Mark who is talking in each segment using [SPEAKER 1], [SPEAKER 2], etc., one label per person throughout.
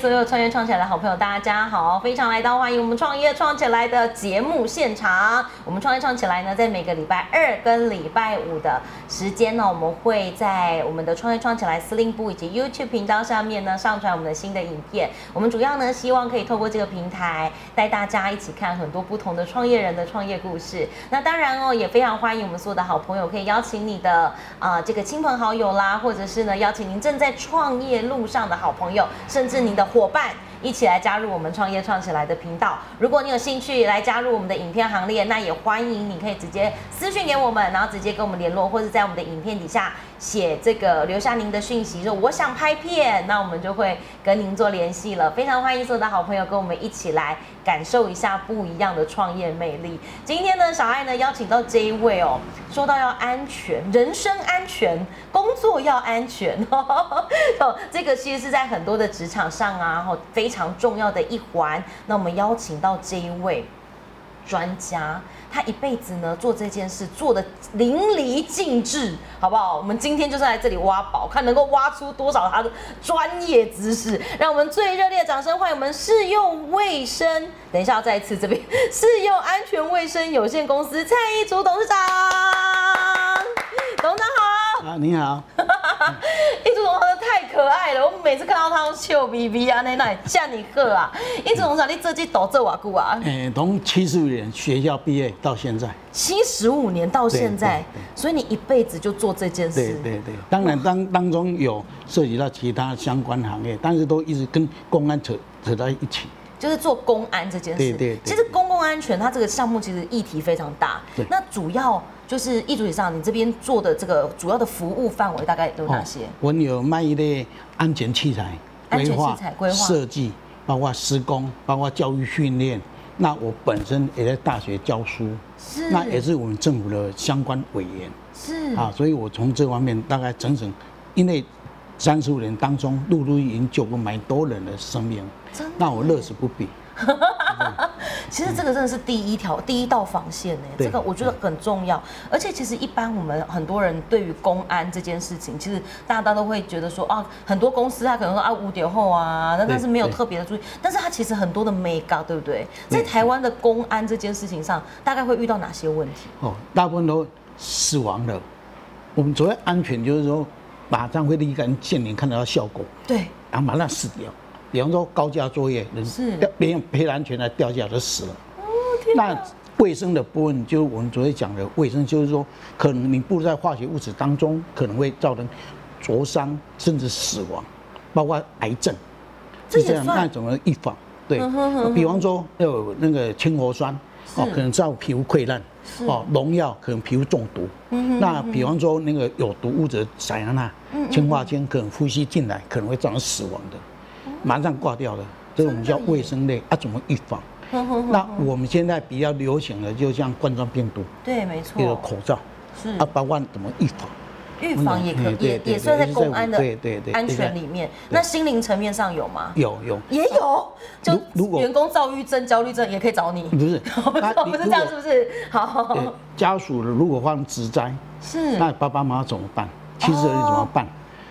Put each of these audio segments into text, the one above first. [SPEAKER 1] 所有创业创起来的好朋友，大家好，非常来到欢迎我们创业创起来的节目现场。我们创业创起来呢，在每个礼拜二跟礼拜五的时间呢，我们会在我们的创业创起来司令部以及 YouTube 频道上面呢，上传我们的新的影片。我们主要呢，希望可以透过这个平台，带大家一起看很多不同的创业人的创业故事。那当然哦，也非常欢迎我们所有的好朋友，可以邀请你的啊、呃这个亲朋好友啦，或者是呢邀请您正在创业路上的好朋友，甚至您的伙伴。一起来加入我们创业创起来的频道。如果你有兴趣来加入我们的影片行列，那也欢迎你可以直接私讯给我们，然后直接跟我们联络，或者在我们的影片底下写这个留下您的讯息，说我想拍片，那我们就会跟您做联系了。非常欢迎所有的好朋友跟我们一起来感受一下不一样的创业魅力。今天呢，小爱呢邀请到这一位哦，说到要安全，人身安全， 工作要安全 哦，这个其实是在很多的职场上啊，哦非常重要的一环。那我们邀请到这一位专家，他一辈子呢做这件事做的淋漓尽致，好不好？我们今天就是来这里挖宝，看能够挖出多少他的专业知识。让我们最热烈的掌声欢迎我们试用卫生，等一下要再一次这边 试用安全卫生有限公司蔡一竹董事长，董事长好。
[SPEAKER 2] 啊，你 好，
[SPEAKER 1] 一竹龙真的太可爱了，我每次看到他都笑眯眯啊，那那像你喝啊！一竹龙长，你这季抖这瓦固啊，
[SPEAKER 2] 诶、从七十五年学校毕业到现在，
[SPEAKER 1] 七十五年到现在，所以你一辈子就做这件
[SPEAKER 2] 对
[SPEAKER 1] 事，
[SPEAKER 2] 对对，当然当当中有涉及到其他相关行业，但是都一直跟公安扯扯在一起。
[SPEAKER 1] 就是做公安这件事。
[SPEAKER 2] 对对对
[SPEAKER 1] 其实公共安全它这个项目其实议题非常大
[SPEAKER 2] 对，
[SPEAKER 1] 那主要就是一竹以上，你这边做的这个主要的服务范围大概有哪些？
[SPEAKER 2] 哦我们有卖一类安全器材
[SPEAKER 1] 安全器材规划
[SPEAKER 2] 设计，包括施工，包括教育训练。那我本身也在大学教书，
[SPEAKER 1] 是
[SPEAKER 2] 那也是我们政府的相关委员。
[SPEAKER 1] 是
[SPEAKER 2] 啊，所以我从这方面大概整整，因为三十五年当中，陆陆营救过蛮多人的生命
[SPEAKER 1] 真的，
[SPEAKER 2] 那我乐此不疲。
[SPEAKER 1] 其实这个真的是第一条、第一道防线呢，
[SPEAKER 2] 嗯对
[SPEAKER 1] 这个我觉得很重要。而且其实一般我们很多人对于公安这件事情，其实大家都会觉得说啊，很多公司他可能说啊五点后啊，但
[SPEAKER 2] 对嗯
[SPEAKER 1] 但是没有特别的注意，但是他其实很多的 make up，对不对？在
[SPEAKER 2] 对
[SPEAKER 1] 台湾的公安这件事情上，大概会遇到哪些问题？
[SPEAKER 2] 哦，大部分都死亡了。我们所谓安全，就是说马上会立竿见影看得到效果，
[SPEAKER 1] 对，
[SPEAKER 2] 然后马上死掉。比方说高价作业，人
[SPEAKER 1] 是
[SPEAKER 2] 掉别用赔安全来掉下来就死了。 那卫生的部分，就是我们昨天讲的卫生，就是说可能你步入在化学物质当中，可能会造成灼伤甚至死亡，包括癌症。
[SPEAKER 1] 这
[SPEAKER 2] 是
[SPEAKER 1] 也
[SPEAKER 2] 样，
[SPEAKER 1] 算
[SPEAKER 2] 那怎么预防？对
[SPEAKER 1] 嗯哼哼，
[SPEAKER 2] 比方说有那个氢氟酸，哦
[SPEAKER 1] 是，
[SPEAKER 2] 可能造皮肤溃烂，哦，农药可能皮肤中毒。
[SPEAKER 1] 嗯
[SPEAKER 2] 那比方说那个有毒物质闪氧钠、
[SPEAKER 1] 嗯
[SPEAKER 2] 氰化氢，可能呼吸进来，可能会造成死亡的，
[SPEAKER 1] 哦
[SPEAKER 2] 马上挂掉的。这个我们叫卫生类啊，怎么预防？那我们现在比较流行的，就像冠状病毒，
[SPEAKER 1] 对，没
[SPEAKER 2] 这个
[SPEAKER 1] 错，
[SPEAKER 2] 口罩，
[SPEAKER 1] 是
[SPEAKER 2] 啊，包括怎么预防。
[SPEAKER 1] 预防也可
[SPEAKER 2] 嗯对
[SPEAKER 1] 也
[SPEAKER 2] 对对
[SPEAKER 1] 也算在
[SPEAKER 2] 就是在
[SPEAKER 1] 公安的
[SPEAKER 2] 对对对
[SPEAKER 1] 安全
[SPEAKER 2] 对
[SPEAKER 1] 里面。那心灵层面上有吗？
[SPEAKER 2] 有有，
[SPEAKER 1] 也 有，就
[SPEAKER 2] 如如果
[SPEAKER 1] 员工躁郁症、焦虑症也可以找你。
[SPEAKER 2] 不是那
[SPEAKER 1] 不
[SPEAKER 2] 你
[SPEAKER 1] 是
[SPEAKER 2] 如
[SPEAKER 1] 这样，
[SPEAKER 2] 果
[SPEAKER 1] 是不是？
[SPEAKER 2] 对
[SPEAKER 1] 好，
[SPEAKER 2] 家属如果发生职灾，
[SPEAKER 1] 是
[SPEAKER 2] 那爸爸妈妈怎么办？妻子儿女怎么
[SPEAKER 1] 哦
[SPEAKER 2] 办？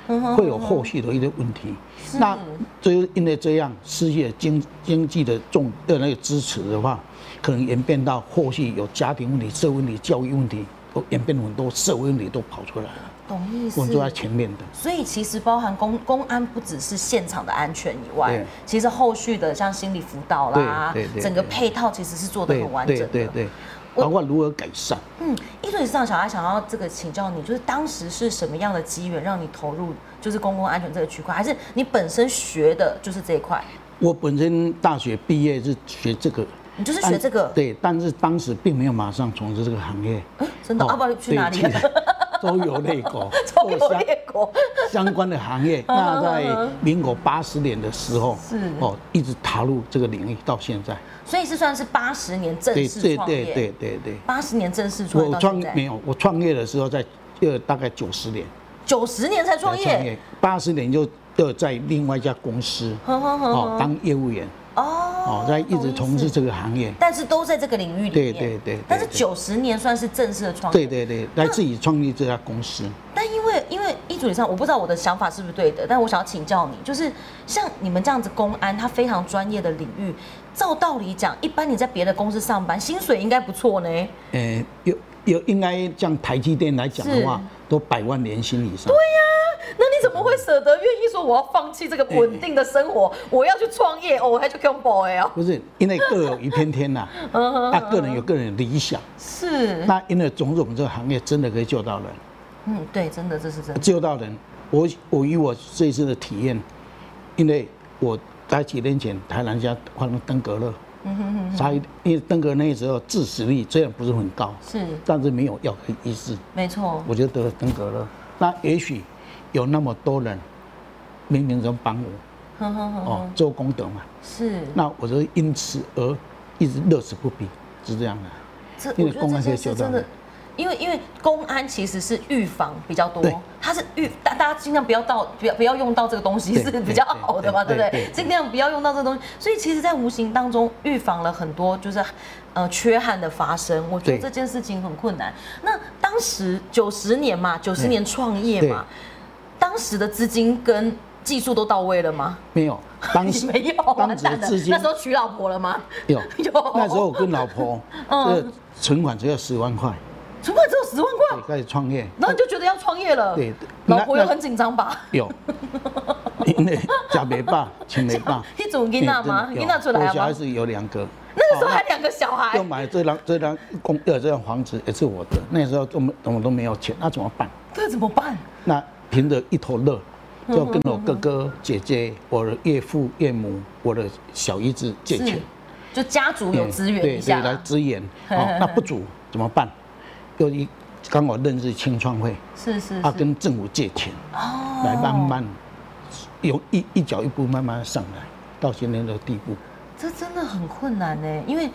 [SPEAKER 1] 嗯
[SPEAKER 2] 会有后续的一些问题。那就是因为这样失业经经济的重的那个支持的话，可能演变到后续有家庭问题、社会问题、教育问题，都演变很多社会问题都跑出来了。
[SPEAKER 1] 懂意思
[SPEAKER 2] 我。们都在前面的。
[SPEAKER 1] 所以其实包含公公安不只是现场的安全以外
[SPEAKER 2] 对，
[SPEAKER 1] 其实后续的像心理辅导啦
[SPEAKER 2] 对对，对
[SPEAKER 1] 整个配套其实是做的
[SPEAKER 2] 对
[SPEAKER 1] 很完整
[SPEAKER 2] 对
[SPEAKER 1] 的。
[SPEAKER 2] 对对，
[SPEAKER 1] 我
[SPEAKER 2] 包括如何改善。
[SPEAKER 1] 嗯，一准以上小孩想要这个请教你，就是当时是什么样的机缘让你投入就是公共安全这个区块，还是你本身学的就是这一块？
[SPEAKER 2] 我本身大学毕业是学这个，
[SPEAKER 1] 你就是学这个
[SPEAKER 2] 但对，但是当时并没有马上从事这个行业。
[SPEAKER 1] 真的
[SPEAKER 2] 哦
[SPEAKER 1] 啊不然去哪里
[SPEAKER 2] 对去周游列 国，
[SPEAKER 1] 周游
[SPEAKER 2] 做相
[SPEAKER 1] 列国，
[SPEAKER 2] 相关的 行业。那在民国八十年的时候，
[SPEAKER 1] 嗯是
[SPEAKER 2] 哦，一直踏入这个领域到现在。
[SPEAKER 1] 所以是算是八十年正
[SPEAKER 2] 对
[SPEAKER 1] 式
[SPEAKER 2] 对
[SPEAKER 1] 创
[SPEAKER 2] 对
[SPEAKER 1] 业。
[SPEAKER 2] 对对对，
[SPEAKER 1] 八十年正式创业
[SPEAKER 2] 我
[SPEAKER 1] 到
[SPEAKER 2] 创
[SPEAKER 1] 现
[SPEAKER 2] 没
[SPEAKER 1] 在，
[SPEAKER 2] 有，我创业的时候在呃大概九十年
[SPEAKER 1] 九十年才创业，，
[SPEAKER 2] 八十年就就在另外一家公司
[SPEAKER 1] 哼哼哼
[SPEAKER 2] 哦当业务员
[SPEAKER 1] 哦
[SPEAKER 2] 哦，在一直
[SPEAKER 1] 懂
[SPEAKER 2] 从，
[SPEAKER 1] 意
[SPEAKER 2] 事
[SPEAKER 1] 思
[SPEAKER 2] 这个行业。
[SPEAKER 1] 但是都在这个领域里面。
[SPEAKER 2] 对对对对
[SPEAKER 1] 但是
[SPEAKER 2] 对
[SPEAKER 1] 九十年算是正式的创业。
[SPEAKER 2] 对对对，来自己创立这家公司。
[SPEAKER 1] 但因为因为一助理上，我不知道我的想法是不是对的，但我想要请教你，就是像你们这样子公安，他非常专业的领域，照道理讲，一般你在别的公司上班，薪水应该不错呢。
[SPEAKER 2] 呃，有有应该像台积电来讲的话
[SPEAKER 1] 是，
[SPEAKER 2] 都百万年薪以上。对，
[SPEAKER 1] 那你怎么会舍得愿意说我要放弃这个稳定的生活，我要去创业哦，我还去 combo 哎哦，
[SPEAKER 2] 不是因为各有一片 天呐、啊，个人有个人的理想。
[SPEAKER 1] 是，
[SPEAKER 2] 那因为种种这个行业真的可以救到人，
[SPEAKER 1] 嗯，对，真的这是真的，
[SPEAKER 2] 救到人。我我以我这一次的体验，因为我在几年前台南家发生登革热，
[SPEAKER 1] 嗯
[SPEAKER 2] 差一因为登革那时候致死率虽然不是很高，
[SPEAKER 1] 是
[SPEAKER 2] 但是没有药可以医治，
[SPEAKER 1] 没错，
[SPEAKER 2] 我就得了登革热。那也许有那么多人冥冥中帮我
[SPEAKER 1] 哼哼哼，
[SPEAKER 2] 哦做功德嘛，
[SPEAKER 1] 是，
[SPEAKER 2] 那我就因此而一直乐此不疲，是这样的。
[SPEAKER 1] 这
[SPEAKER 2] 因
[SPEAKER 1] 我
[SPEAKER 2] 为
[SPEAKER 1] 觉得
[SPEAKER 2] 公
[SPEAKER 1] 这
[SPEAKER 2] 安可以
[SPEAKER 1] 件事
[SPEAKER 2] 修
[SPEAKER 1] 真
[SPEAKER 2] 到
[SPEAKER 1] 的
[SPEAKER 2] 你，
[SPEAKER 1] 因为因为公安其实是预防比较多
[SPEAKER 2] 对，
[SPEAKER 1] 它是预大大家尽量不要到不要不要用到这个东西
[SPEAKER 2] 对
[SPEAKER 1] 是
[SPEAKER 2] 对
[SPEAKER 1] 比较好的嘛，对
[SPEAKER 2] 对
[SPEAKER 1] 不
[SPEAKER 2] 对
[SPEAKER 1] 对？
[SPEAKER 2] 对
[SPEAKER 1] 尽量不要用到这个东西，所以其实，在无形当中预防了很多就是呃缺憾的发生。我觉得
[SPEAKER 2] 对
[SPEAKER 1] 这件事情很困难。那当时九十年嘛，九十
[SPEAKER 2] 对
[SPEAKER 1] 年创业嘛，当时的资金跟技术都到位了吗？
[SPEAKER 2] 没有，当 时
[SPEAKER 1] 没有，
[SPEAKER 2] 当
[SPEAKER 1] 完
[SPEAKER 2] 时的
[SPEAKER 1] 蛋了
[SPEAKER 2] 资。金
[SPEAKER 1] 那时候娶老婆了吗？
[SPEAKER 2] 有，
[SPEAKER 1] 有
[SPEAKER 2] 那时候我跟老婆，
[SPEAKER 1] 嗯
[SPEAKER 2] 这个存款只有十万块，
[SPEAKER 1] 存款只有十万块
[SPEAKER 2] 对，，开始创业。
[SPEAKER 1] 然后你就觉得要创业了，
[SPEAKER 2] 对
[SPEAKER 1] 老婆
[SPEAKER 2] 那
[SPEAKER 1] 又很紧张吧？，
[SPEAKER 2] 有，因为假没爸，请没爸
[SPEAKER 1] 那种囡仔吗
[SPEAKER 2] 对真的
[SPEAKER 1] 囡
[SPEAKER 2] 有
[SPEAKER 1] 仔出来了吗
[SPEAKER 2] 我小孩子有两个，
[SPEAKER 1] 那个时候
[SPEAKER 2] 哦
[SPEAKER 1] 还两个小
[SPEAKER 2] 那
[SPEAKER 1] 孩，
[SPEAKER 2] 要买这张这张公呃这张房子也是我的，那时候都没我们都没有钱，那怎么办？
[SPEAKER 1] 这怎么办？
[SPEAKER 2] 那凭着一头热，
[SPEAKER 1] 嗯
[SPEAKER 2] 就跟我哥哥、姐姐、我的岳父、岳母、我的小姨子借钱
[SPEAKER 1] 是。，就家族有资源
[SPEAKER 2] 嗯对
[SPEAKER 1] 一
[SPEAKER 2] 对
[SPEAKER 1] 下
[SPEAKER 2] 来
[SPEAKER 1] 啦，
[SPEAKER 2] 支 援。哦，那不足怎么办？又一刚好认识青创会，
[SPEAKER 1] 是是是，
[SPEAKER 2] 他啊跟政府借钱，
[SPEAKER 1] 哦
[SPEAKER 2] 来慢慢有一一脚一步慢慢上来，到今天的地步。
[SPEAKER 1] 这真的很困难呢，因为。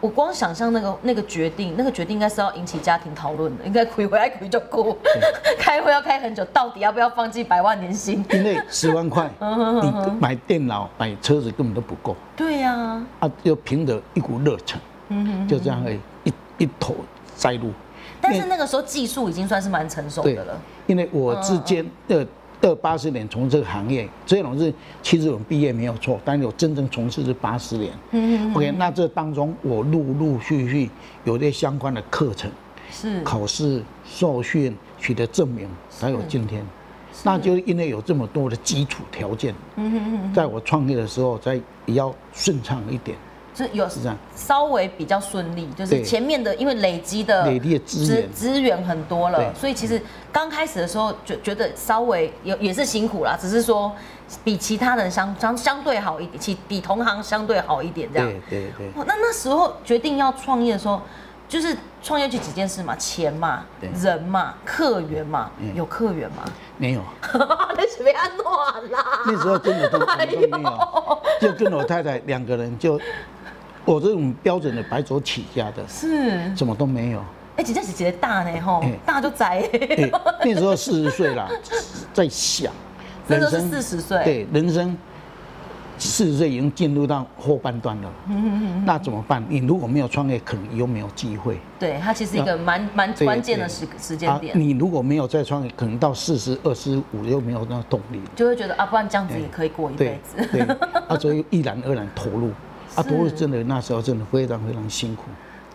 [SPEAKER 1] 我光想象那个那个决定，那个决定应该是要引起家庭讨论的，应该回回来回就哭， 开会要开很久，到底要不要放弃百万年薪？
[SPEAKER 2] 因为十 万块，
[SPEAKER 1] 嗯
[SPEAKER 2] 你买电脑、买车子根本都不够
[SPEAKER 1] 对呀、
[SPEAKER 2] 啊，就凭着一股热忱，
[SPEAKER 1] 嗯
[SPEAKER 2] 就这样而已一一头栽入。
[SPEAKER 1] 但是那个时候技术已经算是蛮成熟
[SPEAKER 2] 对
[SPEAKER 1] 的了，
[SPEAKER 2] 因为我之间的二八十年从这个行业，虽然我是其实我们毕业没有错，但是我真正从事是八十年。嗯 OK，那这当中我陆陆续续有些相关的课程、
[SPEAKER 1] 是
[SPEAKER 2] 考试、受训、取得证明，才有今天。那就是嗯因为有这么多的基础条件，在我创业的时候，才也要顺畅一点。
[SPEAKER 1] 就有
[SPEAKER 2] 是这样
[SPEAKER 1] 稍微比较顺利，就是
[SPEAKER 2] 对
[SPEAKER 1] 前面的因为累积的
[SPEAKER 2] 累积的资源
[SPEAKER 1] 资源很多了，
[SPEAKER 2] 对
[SPEAKER 1] 所以其实刚开始的时候觉觉得稍微也也是辛苦啦，只是说比其他人相相相对好一点，其比同行相对好一点这样哦
[SPEAKER 2] 对。对对。
[SPEAKER 1] 哇，那那时候决定要创业的时候，就是创业就几件事嘛，钱嘛
[SPEAKER 2] 对，嗯
[SPEAKER 1] 人嘛，客源嘛，有客源嘛，
[SPEAKER 2] 没有，啊
[SPEAKER 1] 那是被安暖啦。
[SPEAKER 2] 那时候真的都我们都
[SPEAKER 1] 哎
[SPEAKER 2] 没有，就跟我太太两个人就，我这种标准的白手起家的，
[SPEAKER 1] 是，
[SPEAKER 2] 什么都没 有。
[SPEAKER 1] 哎，几件事几个大呢吼
[SPEAKER 2] 哎，
[SPEAKER 1] 大就宅。
[SPEAKER 2] 哎，那时候四十岁啦，在想
[SPEAKER 1] 那时候是40岁
[SPEAKER 2] 对人生四十岁已经进入到后半段了。
[SPEAKER 1] 嗯
[SPEAKER 2] 那怎么办？你如果没有创业，可能以后没有机会。
[SPEAKER 1] 对，它其实一个蛮蛮
[SPEAKER 2] 对
[SPEAKER 1] 关键的
[SPEAKER 2] 对啊
[SPEAKER 1] 时时间点，
[SPEAKER 2] 你如果没有再创业，可能到四十二、十五又没有那个动力了。
[SPEAKER 1] 就会觉得啊，不然这样子也可以过一辈
[SPEAKER 2] 对
[SPEAKER 1] 子。
[SPEAKER 2] 对，啊，所以毅然而然投入，啊，投入真的那时候真的非常非常辛苦。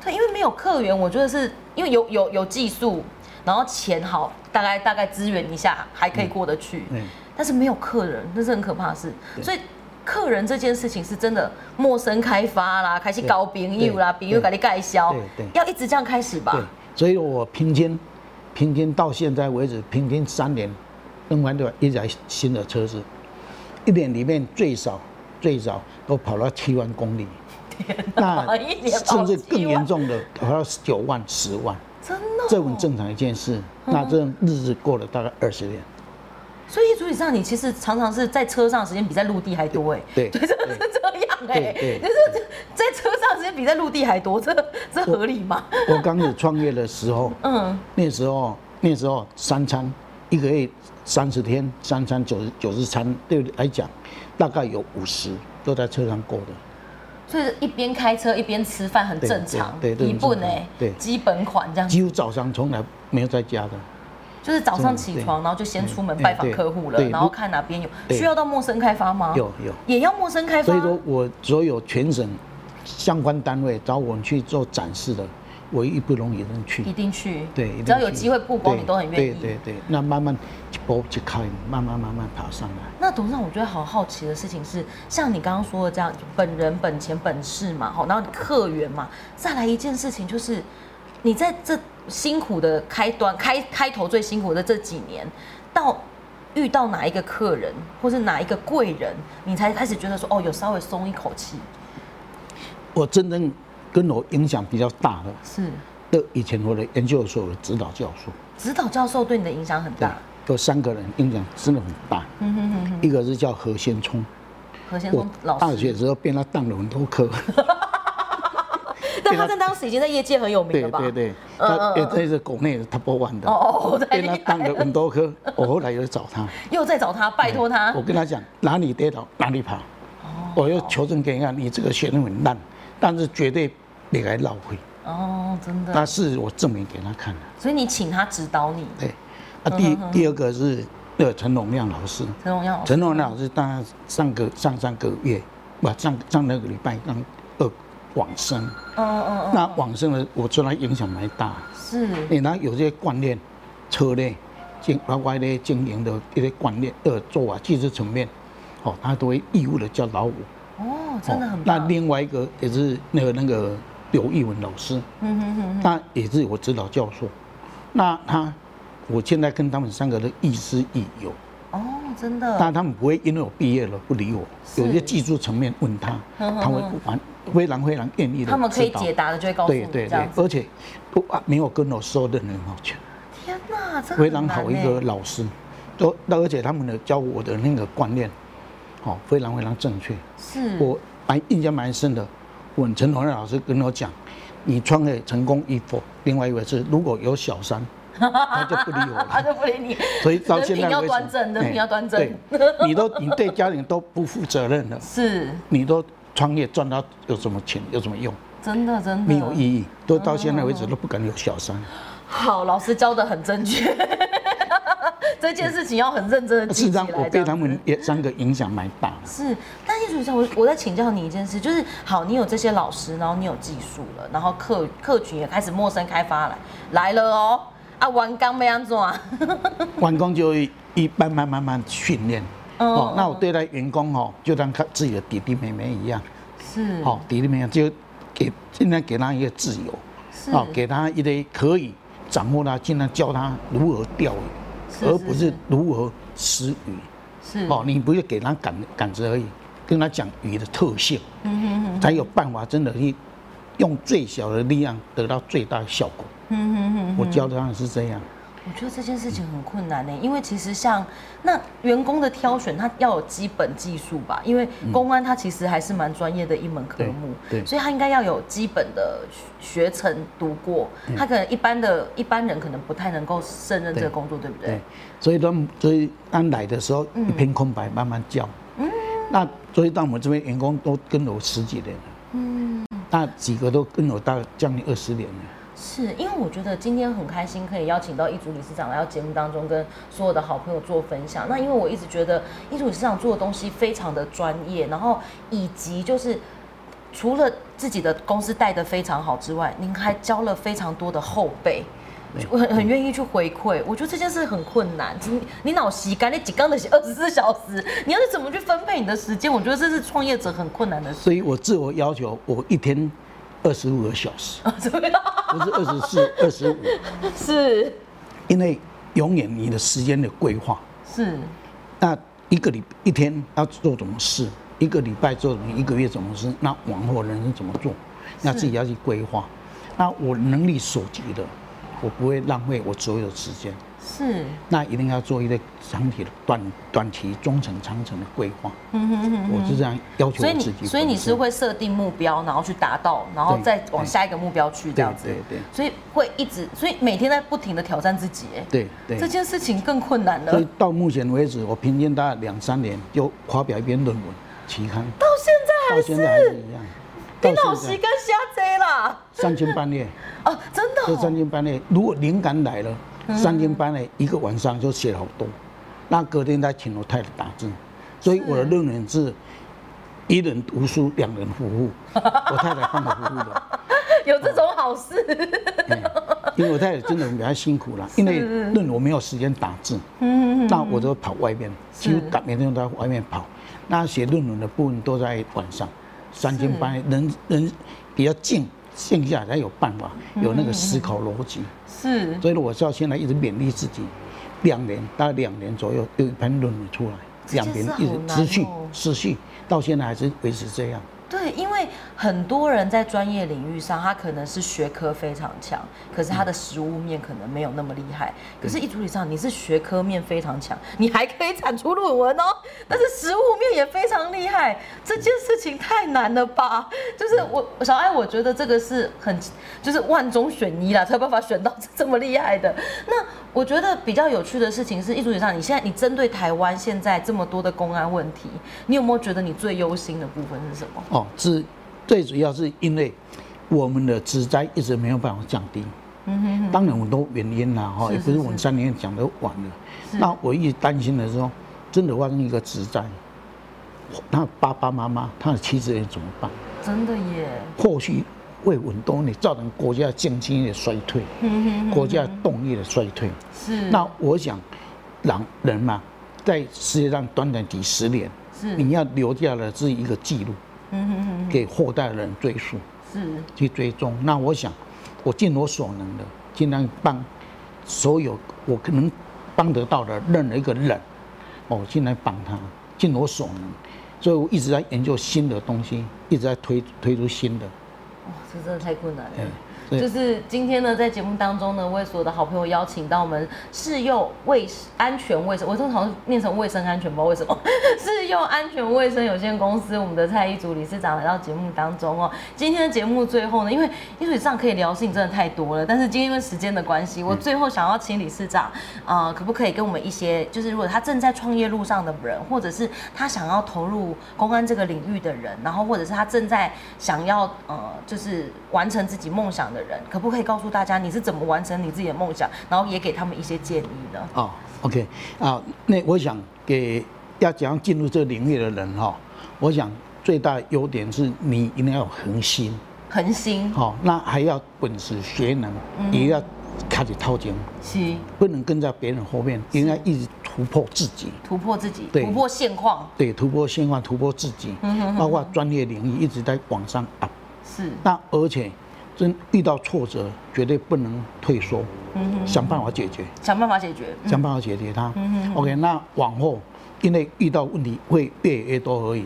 [SPEAKER 1] 对，因为没有客源，我觉得是因为有有有技术，然后钱好，大概大概支援一下还可以过得去。
[SPEAKER 2] 嗯嗯
[SPEAKER 1] 但是没有客人，那是很可怕的事。所以客人这件事情是真的陌生开发啦，开始搞朋友啦，
[SPEAKER 2] 对
[SPEAKER 1] 朋友给你介绍
[SPEAKER 2] 对对，
[SPEAKER 1] 要一直这样开始吧
[SPEAKER 2] 对。，所以我平均平均到现在为止，平均三年弄完的一台新的车子，一年里面最少最少都跑到七万公里，那
[SPEAKER 1] 一年跑
[SPEAKER 2] 甚至更
[SPEAKER 1] 7万
[SPEAKER 2] 严重的跑到九万、十万，
[SPEAKER 1] 真的哦、
[SPEAKER 2] 这很正常一件事。
[SPEAKER 1] 嗯
[SPEAKER 2] 那这日子过了大概二十年，
[SPEAKER 1] 所以主理上，你其实常常是在车上的时间比在陆地还多哎。
[SPEAKER 2] 对
[SPEAKER 1] 对，真 的是这样哎
[SPEAKER 2] 对。对
[SPEAKER 1] 就是这在车上的时间比在陆地还多，这这合理吗？
[SPEAKER 2] 我刚始创业的时候，
[SPEAKER 1] 嗯，
[SPEAKER 2] 那时候那时候三餐一个月三十天，三餐九十九十餐，对我来讲，大概有五十都在车上过的。
[SPEAKER 1] 所以一边开车一边吃饭很正常，
[SPEAKER 2] 对对对
[SPEAKER 1] 一
[SPEAKER 2] 这很
[SPEAKER 1] 本
[SPEAKER 2] 正常
[SPEAKER 1] 哎，
[SPEAKER 2] 对
[SPEAKER 1] 基本款这样。
[SPEAKER 2] 几乎早上从来没有在家的，
[SPEAKER 1] 就是早上起床，然后就先出
[SPEAKER 2] 嗯
[SPEAKER 1] 门拜访客户了，然后看哪边有
[SPEAKER 2] 对
[SPEAKER 1] 需要到陌生开发吗？
[SPEAKER 2] 有有。
[SPEAKER 1] 也要陌生开发
[SPEAKER 2] 所以。说我所有全省相关单位找我们去做展示的，我一不容易能去
[SPEAKER 1] 一。定去，
[SPEAKER 2] 对，一定
[SPEAKER 1] 只要有
[SPEAKER 2] 去
[SPEAKER 1] 机会曝光，
[SPEAKER 2] 对
[SPEAKER 1] 你都很愿
[SPEAKER 2] 对
[SPEAKER 1] 意。
[SPEAKER 2] 对对，那慢慢一步一开，慢慢慢慢爬上来。
[SPEAKER 1] 那董事长，我觉得好好奇的事情是，像你刚刚说的这样，本人、本钱、本事嘛，好，然后客源嘛，再来一件事情就是，你在这辛苦的开端、开开头最辛苦的这几年，到遇到哪一个客人或是哪一个贵人，你才开始觉得说，哦，有稍微松一口气，
[SPEAKER 2] 我真正跟我影响比较大的，
[SPEAKER 1] 是
[SPEAKER 2] 的以前我的研究所的指导教授，
[SPEAKER 1] 指导教授对你的影响很
[SPEAKER 2] 对
[SPEAKER 1] 大。，
[SPEAKER 2] 有三个人影响真的很大。
[SPEAKER 1] 啊嗯哼哼哼，
[SPEAKER 2] 一个是叫何先聪，
[SPEAKER 1] 何先
[SPEAKER 2] 我
[SPEAKER 1] 生老
[SPEAKER 2] 大学
[SPEAKER 1] 师，
[SPEAKER 2] 的时候被他当了很多科，
[SPEAKER 1] 但他在当时已经在业界很有名
[SPEAKER 2] 对
[SPEAKER 1] 了吧？
[SPEAKER 2] 对对，
[SPEAKER 1] 嗯嗯
[SPEAKER 2] 他
[SPEAKER 1] 嗯
[SPEAKER 2] 也这是国内的 top one 的，
[SPEAKER 1] 哦，太
[SPEAKER 2] 被
[SPEAKER 1] 厉
[SPEAKER 2] 他
[SPEAKER 1] 害
[SPEAKER 2] 当了
[SPEAKER 1] 了，
[SPEAKER 2] 很多科。 我后来又找他，
[SPEAKER 1] 又在找他，拜托他。
[SPEAKER 2] 我跟他讲哪里跌倒哪里跑，
[SPEAKER 1] 哦
[SPEAKER 2] 我又求证给你看，你这个学生很烂，但是绝对别来浪费。
[SPEAKER 1] 哦，真
[SPEAKER 2] 那
[SPEAKER 1] 的，
[SPEAKER 2] 是我证明给他看的。
[SPEAKER 1] 所以你请他指导你，
[SPEAKER 2] 对，
[SPEAKER 1] 嗯
[SPEAKER 2] 啊，第第二个是那个陈荣亮老师，
[SPEAKER 1] 陈荣耀老师
[SPEAKER 2] 陈荣亮老师当然上个上上个月，不上上那个礼拜刚呃往生，
[SPEAKER 1] 嗯嗯嗯，
[SPEAKER 2] 那往生呢，我受他影响蛮大。
[SPEAKER 1] 是，
[SPEAKER 2] 你拿有些观念、策略、经包括咧经营的一些观念的做法、技术层面，哦，他都会义务的教导我。
[SPEAKER 1] 哦，
[SPEAKER 2] 哦
[SPEAKER 1] 真的很
[SPEAKER 2] 那
[SPEAKER 1] 棒，
[SPEAKER 2] 另外一个也是那个那个刘义文老师，
[SPEAKER 1] 嗯哼哼，
[SPEAKER 2] 那也是我指导教授。那他，我现在跟他们三个都亦师亦友。
[SPEAKER 1] 哦，真的，
[SPEAKER 2] 但他们不会因为我毕业了不理我，
[SPEAKER 1] 是
[SPEAKER 2] 有些技术层面问他，
[SPEAKER 1] 嗯嗯
[SPEAKER 2] 他会蛮非常非常愿意的。
[SPEAKER 1] 他们可以解。答的就会告诉
[SPEAKER 2] 对
[SPEAKER 1] 你，
[SPEAKER 2] 对
[SPEAKER 1] 这
[SPEAKER 2] 对
[SPEAKER 1] 样，子。
[SPEAKER 2] 而且不啊没有跟我收任何毛钱，
[SPEAKER 1] 天哪，这
[SPEAKER 2] 非常好一个老师，都那而且他们的教我的那个观念，哦，非常非常正确。
[SPEAKER 1] 是，
[SPEAKER 2] 我蛮印象蛮深的，我陈同仁老师跟我讲，你创业成功与否，另外一回是如果有 小三，他就不理我
[SPEAKER 1] 他啊
[SPEAKER 2] 了。
[SPEAKER 1] 就不理你，
[SPEAKER 2] 所以到
[SPEAKER 1] 人
[SPEAKER 2] 现
[SPEAKER 1] 品
[SPEAKER 2] 在
[SPEAKER 1] 要
[SPEAKER 2] 为止
[SPEAKER 1] 端正人品
[SPEAKER 2] 哎
[SPEAKER 1] 要端正
[SPEAKER 2] 对，你都你对家庭都不负责任了，
[SPEAKER 1] 是
[SPEAKER 2] 你都创业赚到有什么钱有什么用？
[SPEAKER 1] 真的真的
[SPEAKER 2] 没有意义，都到现在为止都不敢有小三。
[SPEAKER 1] 好，老师教的很正确， 这件事情要很认真的
[SPEAKER 2] 事
[SPEAKER 1] 记
[SPEAKER 2] 实
[SPEAKER 1] 起
[SPEAKER 2] 上，
[SPEAKER 1] 来
[SPEAKER 2] 我。被
[SPEAKER 1] 这
[SPEAKER 2] 他
[SPEAKER 1] 样子
[SPEAKER 2] 们也三个影响蛮大的。
[SPEAKER 1] 是，但是主持人，我我在请教你一件事，就是好，你有这些老师，然后你有技术了，然后客客群也开始陌生开发了，来了哦，啊，玩刚被安怎 啊？
[SPEAKER 2] 员工就一一慢慢慢慢训练。
[SPEAKER 1] 嗯
[SPEAKER 2] 哦
[SPEAKER 1] 嗯，
[SPEAKER 2] 那我对待员工哦，就当看自己的弟弟妹妹一样。
[SPEAKER 1] 是，
[SPEAKER 2] 哦，弟弟妹妹就给尽量给他一个自由，
[SPEAKER 1] 是，
[SPEAKER 2] 哦，给他一个可以掌握他，尽量教他如何钓鱼。
[SPEAKER 1] 是嗯
[SPEAKER 2] 而不是如何食鱼。
[SPEAKER 1] 是
[SPEAKER 2] 哦，你不是给他感感知而已，跟他讲鱼的特性，
[SPEAKER 1] 嗯哼哼
[SPEAKER 2] 才有办法真的去用最小的力量得到最大的效果。
[SPEAKER 1] 嗯哼哼。
[SPEAKER 2] 我教的当然是这样，
[SPEAKER 1] 我觉得这件事情很困难呢，因为其实像那员工的挑选，他要有基本技术吧，因为公安它其实还是蛮专业的一门科目，
[SPEAKER 2] 嗯对对
[SPEAKER 1] 所以他应该要有基本的学学程读过，他可能一般的一般人可能不太能够胜任这个工作，对不对
[SPEAKER 2] 对。？所以当所以当来的时候一片空白，慢慢教。那所以到我们这边员工都跟了我十几年了。那几个都跟我大概将近二十年了。
[SPEAKER 1] 是因为我觉得今天很开心，可以邀请到易主理事长来到节目当中，跟所有的好朋友做分享。那因为我一直觉得易主理事长做的东西非常的专业，然后以及就是除了自己的公司带的非常好之外，您还教了非常多的后辈。我很很愿意去回馈，我觉得这件事很困难。你你脑洗干，你几缸的二十四小时，你要是怎么去分配你的时间？我觉得这是创业者很困难的事。
[SPEAKER 2] 所以我自我要求，我一天二十五个小时，
[SPEAKER 1] 怎么样？
[SPEAKER 2] 不是二十四、二十五。
[SPEAKER 1] 是
[SPEAKER 2] 因为永远你的时间的规划，
[SPEAKER 1] 是
[SPEAKER 2] 那一个礼一天要做什么事，一个礼拜做什么，一个月怎么事，那往后人生怎么做，那自己要去规划。那我能力所及的，我不会浪费我所有的时间。
[SPEAKER 1] 是，
[SPEAKER 2] 那一定要做一个长期的短短期、中程、长程的规划。嗯哼哼我是这样要求
[SPEAKER 1] 所以
[SPEAKER 2] 我自己
[SPEAKER 1] 你，所以你是会设定目标，然后去达到，然后
[SPEAKER 2] 对
[SPEAKER 1] 再往下一个目标去这样子。
[SPEAKER 2] 对对对
[SPEAKER 1] 所以会一直，所以每天在不停的挑战自己。哎，
[SPEAKER 2] 对对
[SPEAKER 1] 这。件事情更困难了。
[SPEAKER 2] 所以到目前为止，我平均大概两三年就发表一篇论文期刊，
[SPEAKER 1] 到现在
[SPEAKER 2] 到
[SPEAKER 1] 还
[SPEAKER 2] 现在还
[SPEAKER 1] 是
[SPEAKER 2] 是一样。
[SPEAKER 1] 你
[SPEAKER 2] 到
[SPEAKER 1] 老
[SPEAKER 2] 现
[SPEAKER 1] 实
[SPEAKER 2] 在
[SPEAKER 1] 跟瞎贼啦！
[SPEAKER 2] 三更半夜，
[SPEAKER 1] 哦，真的
[SPEAKER 2] 这
[SPEAKER 1] 哦、
[SPEAKER 2] 三更半夜，如果灵感来了，三更半夜一个晚上就写了好多，那隔天再请我太太打字，所以我的论文是一人读书，两人服务，我太太帮我服务的。
[SPEAKER 1] 哦有这种好 事，
[SPEAKER 2] 哎因为我太太真的比较辛苦了，因为论我没有时间打字，那我就跑外面，几乎打每天都在外面跑。那写论文的部分都在晚上，三更半夜，人人比较静，静下来才有办法，有那个思考逻辑。
[SPEAKER 1] 是
[SPEAKER 2] 所以我到现在一直勉励自己，两年大概两年左右有一篇论文出来，两年
[SPEAKER 1] 这件
[SPEAKER 2] 一
[SPEAKER 1] 事好
[SPEAKER 2] 直
[SPEAKER 1] 难
[SPEAKER 2] 持续
[SPEAKER 1] 哦
[SPEAKER 2] 持续到现在还是维持这样。
[SPEAKER 1] 对，因为很多人在专业领域上，他可能是学科非常强，可是他的实物面可能没有那么厉害。可是，一组理上你是学科面非常强，你还可以产出论文哦，但是实物面也非常厉害，这件事情太难了吧？就是我小爱，我觉得这个是很就是万中选一啦，才有办法选到这么厉害的。那我觉得比较有趣的事情是，一组理上你现在你针对台湾现在这么多的公安问题，你有没有觉得你最忧心的部分是什么？
[SPEAKER 2] 哦，是最主要是因为我们的职灾一直没有办法降低。嗯当然很多原因啦，哈，
[SPEAKER 1] 是
[SPEAKER 2] 也不
[SPEAKER 1] 是
[SPEAKER 2] 是我们
[SPEAKER 1] 是
[SPEAKER 2] 三年讲的晚了。
[SPEAKER 1] 是
[SPEAKER 2] 那我一直担心的时候，真的发生一个职灾，那爸爸妈妈他的妻子也怎么办？
[SPEAKER 1] 真的耶，
[SPEAKER 2] 或许会很多年造成国家经济的衰退，国家动力的衰退。
[SPEAKER 1] 是
[SPEAKER 2] 那我想，人人嘛，在世界上短短几十年，
[SPEAKER 1] 是
[SPEAKER 2] 你要留下的是一个记录，给后代的人追溯
[SPEAKER 1] 是
[SPEAKER 2] 去追踪。那我想，我尽我所能的，尽量帮所有我可能帮得到的任何一个人，哦我尽量帮他，尽我所能。所以我一直在研究新的东西，一直在推推出新的。
[SPEAKER 1] 哇，这真的太困难了
[SPEAKER 2] 哎。所以
[SPEAKER 1] 嗯就是今天呢，在节目当中呢，为所有的好朋友邀请到我们市幼卫安全卫生，我正好像念成卫生安全，不知道为什么。 市幼安全卫生有限公司，我们的蔡一竹理事长来到节目当中哦。今天的节目最后呢，因为因为上可以聊的事情真的太多了，但是今天因为时间的关系，
[SPEAKER 2] 嗯
[SPEAKER 1] 我最后想要请理事长，呃，可不可以跟我们一些，就是如果他正在创业路上的人，或者是他想要投入公安这个领域的人，然后或者是他正在想要呃，就是完成自己梦想的人，可不可以告诉大家你是怎么完成你自己的梦想，然后也给他们一些建议呢？
[SPEAKER 2] 哦，OK，啊，那我想给要怎样进入这个领域的人哈、我想最大的优点是你一定要有恒心，
[SPEAKER 1] 恒心，
[SPEAKER 2] 好、那还要本事学能，也要开始掏钱，
[SPEAKER 1] 七，
[SPEAKER 2] 不能跟在别人后面，应该一直突破自己，
[SPEAKER 1] 突破自己，
[SPEAKER 2] 对
[SPEAKER 1] 突破现况，
[SPEAKER 2] 对，突破现况，突破自己，包括专业领域一直在往上 up。
[SPEAKER 1] 是
[SPEAKER 2] 那而且真遇到挫折，绝对不能退缩，想办法解决。
[SPEAKER 1] 想办法解决。嗯
[SPEAKER 2] 想办法解决它。OK，那往后因为遇到问题会越来越多而已，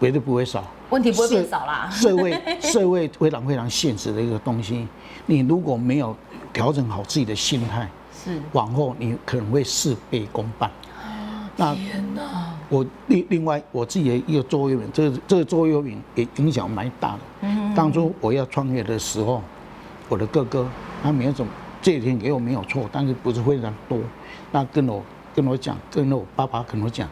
[SPEAKER 2] 绝对不会少。
[SPEAKER 1] 问题不会变
[SPEAKER 2] 社
[SPEAKER 1] 少啦
[SPEAKER 2] 社 会社会非常非常现实的一个东西，你如果没有调整好自己的心态，
[SPEAKER 1] 是，
[SPEAKER 2] 往后你可能会事倍功半。那我另另外我自己的一个座右铭，这个这个座右铭也影响蛮大的。当初我要创业的时候，我的哥哥他没有怎么借钱给我没有错，但是不是非常多。那跟我跟我讲，跟我爸爸跟我讲，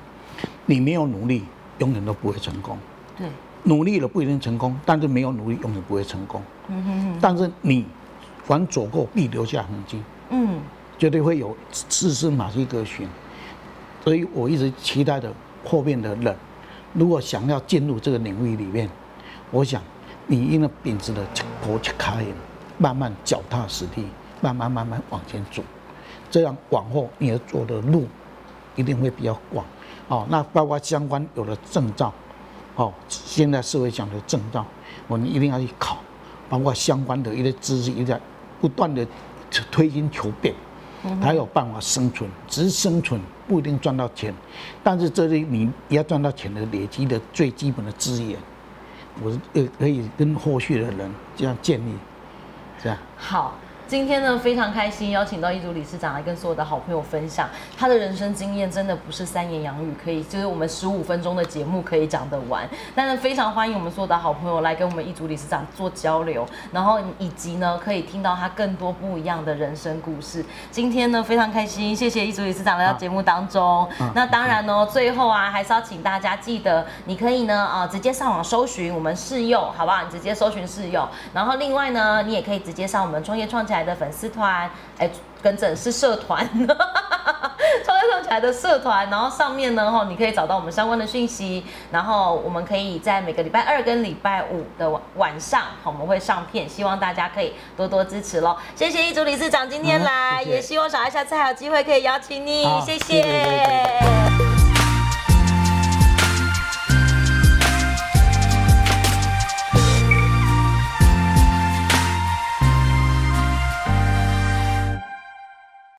[SPEAKER 2] 你没有努力，永远都不会成功。
[SPEAKER 1] 对，
[SPEAKER 2] 努力了不一定成功，但是没有努力永远不会成功。
[SPEAKER 1] 嗯
[SPEAKER 2] 但是你凡走过必留下痕迹。
[SPEAKER 1] 嗯，
[SPEAKER 2] 绝对会有蛛丝马迹可循。所以我一直期待的后面的人，如果想要进入这个领域里面，我想你应该秉持着这口去开，慢慢脚踏实地，慢慢慢慢往前走，这样往后你要走的路一定会比较广。哦，那包括相关有了证照，哦，现在社会讲的证照，我们一定要去考，包括相关的一些知识，一在不断的推心求变，才有办法生存。只是生存不一定赚到钱，但是这里你你要赚到钱的累积的最基本的资源，我呃可以跟后续的人这样建立，这样。
[SPEAKER 1] 好。今天呢，非常开心邀请到一组理事长来跟所有的好朋友分享他的人生经验，真的不是三言两语可以，就是我们十五分钟的节目可以讲得完。但是非常欢迎我们所有的好朋友来跟我们一组理事长做交流，然后以及呢可以听到他更多不一样的人生故事。今天呢非常开心，谢谢一组理事长来到节目当中。
[SPEAKER 2] 嗯
[SPEAKER 1] 那当然呢，最后啊还是要请大家记得，你可以呢啊、呃直接上网搜寻我们试用，好不好？你直接搜寻试用，然后另外呢，你也可以直接上我们创业创起来的粉丝团，哎、跟诊是社团， 创业上起来的社团，然后上面呢，哈，你可以找到我们相关的讯息，然后我们可以在每个礼拜二跟礼拜五的晚晚上，好，我们会上片，希望大家可以多多支持喽。谢谢易主理事长今天
[SPEAKER 2] 好
[SPEAKER 1] 来，
[SPEAKER 2] 谢谢
[SPEAKER 1] 也希望小爱下次还有机会可以邀请你
[SPEAKER 2] 好，
[SPEAKER 1] 谢
[SPEAKER 2] 谢谢谢谢
[SPEAKER 1] 谢